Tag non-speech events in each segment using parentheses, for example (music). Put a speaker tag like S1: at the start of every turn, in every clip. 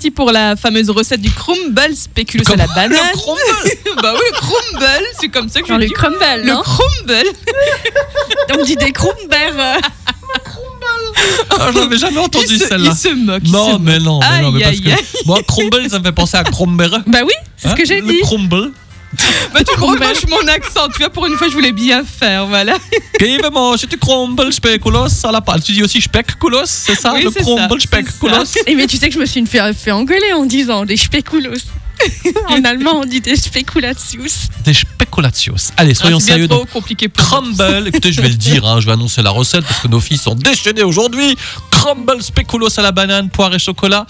S1: parti pour la fameuse recette du crumble spéculoos à la banane.
S2: Le crumble
S1: (laughs) bah oui, le crumble, c'est comme ça que je
S3: Genre
S1: le
S3: le
S1: dis.
S3: crumble,
S1: Le
S3: non
S1: crumble.
S3: On dit des crumbles.
S2: Ah, J'en avais jamais entendu
S1: il, se,
S2: celle-là.
S1: il se moque. il se
S2: Non,
S1: moque.
S2: mais non, mais non, mais
S1: Aïe,
S2: parce
S1: aïe,
S2: que
S1: aïe.
S2: moi, crumble, ça me fait penser à crumber.
S3: Bah oui, c'est
S2: Hein,
S3: ce que j'ai
S2: le
S3: dit.
S2: Crumble.
S1: Bah, tu
S3: Crumble.
S1: reproches mon accent, tu vois, pour une fois, je voulais bien faire, voilà.
S2: Qui veut manger du crumble spéculoos à la pâte Tu dis aussi spéculoos, c'est ça
S1: Oui,
S2: Le
S1: c'est ça,
S2: crumble
S1: c'est
S2: spéculoos
S3: Et mais tu sais que je me suis fait, fait engueuler en disant des spéculoos. (laughs) en allemand, on dit des spéculatius.
S2: Des spéculatios. Allez, soyons
S1: Ah, c'est bien
S2: sérieux. donc.
S1: trop compliqué pour moi.
S2: Crumble, écoutez, je vais le dire, hein, je vais annoncer la recette parce que nos filles sont déchaînées aujourd'hui. Crumble spéculoos à la banane, poire et chocolat.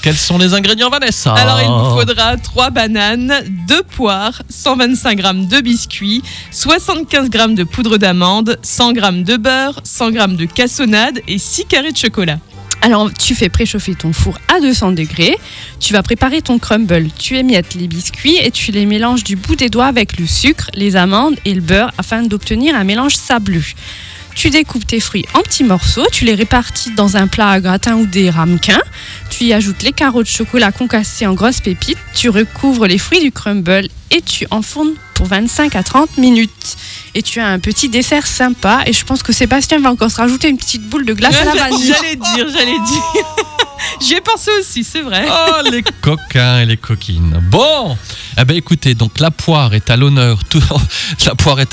S2: Quels sont les ingrédients, Vanessa
S1: Alors, il
S2: Ah.
S1: vous faudra 3 bananes, 2 poires, 125 g de biscuits, 75 g de poudre d'amande, 100 g de beurre, 100 g de cassonade et 6 carrés de chocolat.
S3: Alors, tu fais préchauffer ton four à 200 degrés. Tu vas préparer ton crumble. Tu émiettes les biscuits et tu les mélanges du bout des doigts avec le sucre, les amandes et le beurre afin d'obtenir un mélange sableux. Tu découpes tes fruits en petits morceaux, tu les répartis dans un plat à gratin ou des ramequins. Tu y ajoutes les carreaux de chocolat concassés en grosses pépites. Tu recouvres les fruits du crumble et tu enfournes pour 25 à 30 minutes. Et tu as un petit dessert sympa. Et je pense que Sébastien va encore se rajouter une petite boule de glace à la
S1: (laughs)
S3: vanille.
S1: J'allais dire, j'allais
S3: (laughs)
S1: dire. J'y ai pensé aussi, c'est vrai.
S2: Oh, les coquins et les coquines. Bon, eh ben, écoutez, donc (laughs) la poire est à l'honneur. Tout... La poire est à